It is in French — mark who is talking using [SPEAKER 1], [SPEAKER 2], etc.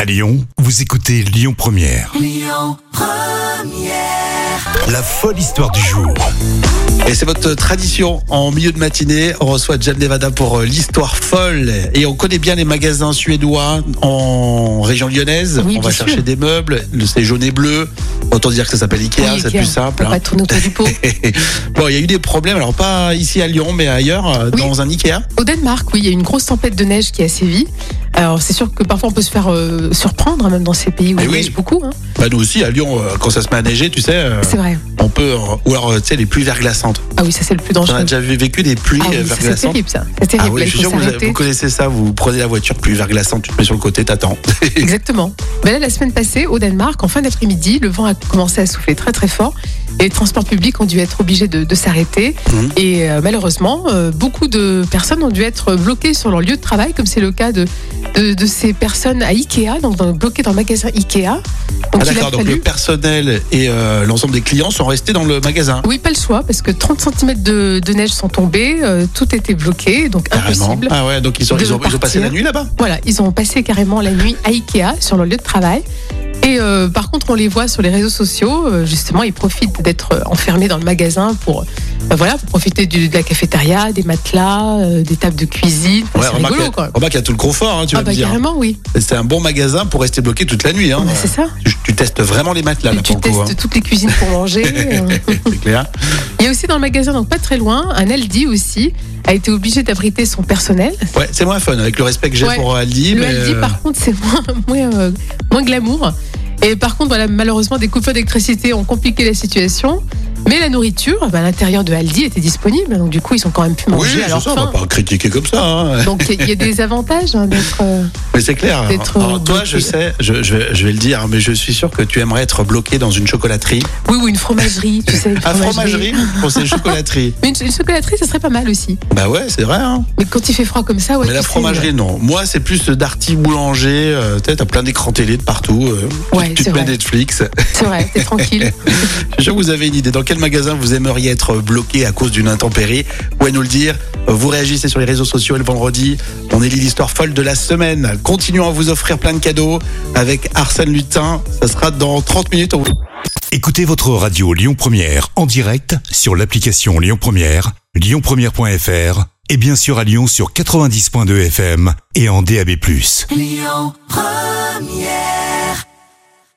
[SPEAKER 1] À Lyon, vous écoutez Lyon Première. La folle histoire du jour.
[SPEAKER 2] Et c'est votre tradition. En milieu de matinée, on reçoit Jam Nevada pour euh, l'histoire folle. Et on connaît bien les magasins suédois en région lyonnaise.
[SPEAKER 3] Oui,
[SPEAKER 2] on
[SPEAKER 3] bien
[SPEAKER 2] va
[SPEAKER 3] sûr.
[SPEAKER 2] chercher des meubles. C'est jaune et bleu. Autant dire que ça s'appelle Ikea,
[SPEAKER 3] Oui,
[SPEAKER 2] c'est
[SPEAKER 3] Ikea.
[SPEAKER 2] plus
[SPEAKER 3] On
[SPEAKER 2] simple.
[SPEAKER 3] va pas
[SPEAKER 2] hein.
[SPEAKER 3] tourner autour du pot.
[SPEAKER 2] bon, il y a eu des problèmes. Alors pas ici à Lyon, mais ailleurs, euh,
[SPEAKER 3] Oui.
[SPEAKER 2] dans un Ikea.
[SPEAKER 3] Au Danemark, oui, il y a une grosse tempête de neige qui a sévi. Alors, c'est sûr que parfois on peut se faire euh, surprendre, hein, même dans ces pays où
[SPEAKER 2] Mais
[SPEAKER 3] il
[SPEAKER 2] oui.
[SPEAKER 3] neige beaucoup. hein.
[SPEAKER 2] Bah nous aussi à Lyon, euh, quand ça se met à neiger, tu sais, euh,
[SPEAKER 3] C'est vrai.
[SPEAKER 2] on peut. euh, ou alors, euh, tu sais, les pluies verglaçantes.
[SPEAKER 3] Ah oui, ça c'est le plus
[SPEAKER 2] On a
[SPEAKER 3] dangereux.
[SPEAKER 2] déjà vécu des pluies euh,
[SPEAKER 3] Ah oui, ça, c'est
[SPEAKER 2] verglaçantes.
[SPEAKER 3] terrible ça. C'est terrible.
[SPEAKER 2] Ah oui,
[SPEAKER 3] là, il
[SPEAKER 2] je suis sûr
[SPEAKER 3] faut
[SPEAKER 2] que vous,
[SPEAKER 3] s'arrêter.
[SPEAKER 2] vous connaissez ça. Vous prenez la voiture pluie verglaçante, tu te mets sur le côté, t'attends.
[SPEAKER 3] Exactement. Ben là, la semaine passée, au Danemark, en fin d'après-midi, le vent a commencé à souffler très très fort et les transports publics ont dû être obligés de, de s'arrêter.
[SPEAKER 2] Mhm.
[SPEAKER 3] Et euh, malheureusement, euh, beaucoup de personnes ont dû être bloquées sur leur lieu de travail, comme c'est le cas de, de, de ces personnes à Ikea, donc dans- bloquées dans le magasin Ikea. Donc,
[SPEAKER 2] Ah
[SPEAKER 3] il a
[SPEAKER 2] d'accord, donc
[SPEAKER 3] fallu-
[SPEAKER 2] le personnel et euh, l'ensemble des clients sont restés dans le magasin.
[SPEAKER 3] Oui, pas le choix, parce que 30 cm de, de neige sont tombés, euh, tout était bloqué, donc impossible.
[SPEAKER 2] Ah ouais, donc ils, sont,
[SPEAKER 3] de
[SPEAKER 2] ils, ont, ils ont passé
[SPEAKER 3] partir.
[SPEAKER 2] la nuit là-bas.
[SPEAKER 3] Voilà, ils ont passé carrément la nuit à Ikea sur leur lieu de travail. Et euh, par contre, on les voit sur les réseaux sociaux. euh, justement, ils profitent d'être euh, enfermés dans le magasin pour, euh, voilà, pour profiter du- de la cafétéria, des matelas, euh, des tables de cuisine. Enfin, Ah, c'est
[SPEAKER 2] remarque,
[SPEAKER 3] rigolo, quoi.
[SPEAKER 2] remarque qu'il y a tout le confort, hein, tu
[SPEAKER 3] Ah
[SPEAKER 2] vas
[SPEAKER 3] bah
[SPEAKER 2] me dire.
[SPEAKER 3] carrément, oui.
[SPEAKER 2] C'est un bon magasin pour rester bloqué toute la nuit. Hein.
[SPEAKER 3] Bah, c'est ça.
[SPEAKER 2] Tu, tu testes vraiment les matelas là,
[SPEAKER 3] tu
[SPEAKER 2] pour le hein.
[SPEAKER 3] testes
[SPEAKER 2] coup.
[SPEAKER 3] toutes les cuisines pour manger. euh.
[SPEAKER 2] hein. C'est clair.
[SPEAKER 3] Il y a aussi dans le magasin, donc pas très loin, un Aldi aussi a été obligé d'abriter son personnel.
[SPEAKER 2] Ouais, c'est moins fun avec le respect que j'ai
[SPEAKER 3] Ouais.
[SPEAKER 2] pour Aldi.
[SPEAKER 3] Le
[SPEAKER 2] mais,
[SPEAKER 3] Aldi,
[SPEAKER 2] euh,
[SPEAKER 3] par contre, c'est moins, moins, euh, moins glamour. Et par contre, voilà, malheureusement, des coupures d'électricité ont compliqué la situation. Mais la nourriture, bah, à l'intérieur de Aldi était disponible. Donc, du coup, ils ont quand même pu
[SPEAKER 2] Oui,
[SPEAKER 3] manger
[SPEAKER 2] c'est
[SPEAKER 3] à
[SPEAKER 2] ça,
[SPEAKER 3] leur
[SPEAKER 2] on va
[SPEAKER 3] faim.
[SPEAKER 2] pas critiquer comme ça. hein.
[SPEAKER 3] Donc, il y, a- il y a des avantages hein, d'être. euh,
[SPEAKER 2] Mais c'est clair.
[SPEAKER 3] D'être
[SPEAKER 2] Alors, toi, je
[SPEAKER 3] bloqué.
[SPEAKER 2] sais, je, je vais, je vais le dire, mais je suis sûr que tu aimerais être bloqué dans une chocolaterie.
[SPEAKER 3] Oui, ou une fromagerie, tu sais. Une
[SPEAKER 2] Un fromagerie
[SPEAKER 3] fromagerie.
[SPEAKER 2] pour ces chocolateries.
[SPEAKER 3] Mais une, une chocolaterie, ça serait pas mal aussi.
[SPEAKER 2] bah ouais, c'est vrai. Hein.
[SPEAKER 3] Mais quand il fait froid comme ça, ouais.
[SPEAKER 2] Mais la
[SPEAKER 3] tu sais,
[SPEAKER 2] fromagerie, non. Moi, c'est plus le Darty boulanger. euh, tu sais, t'as plein d'écrans télé de partout. euh, tu-
[SPEAKER 3] Ouais,
[SPEAKER 2] tu te
[SPEAKER 3] c'est
[SPEAKER 2] mets
[SPEAKER 3] vrai.
[SPEAKER 2] Netflix.
[SPEAKER 3] euh, C'est vrai, t'es tranquille.
[SPEAKER 2] Je vous avais une idée. Dans quel magasin vous aimeriez être bloqué à cause d'une intempérie Vous pouvez nous le dire. Euh, Vous réagissez sur les réseaux sociaux et le vendredi. On élit l'histoire folle de la semaine. Continuons à vous offrir plein de cadeaux avec Arsène Lutin. Ça sera dans 30 minutes. On vous-
[SPEAKER 1] Écoutez votre radio Lyon Première en direct sur l'application Lyon Première, lyonpremière.fr et bien sûr à Lyon sur 90.2 FM et en DAB+.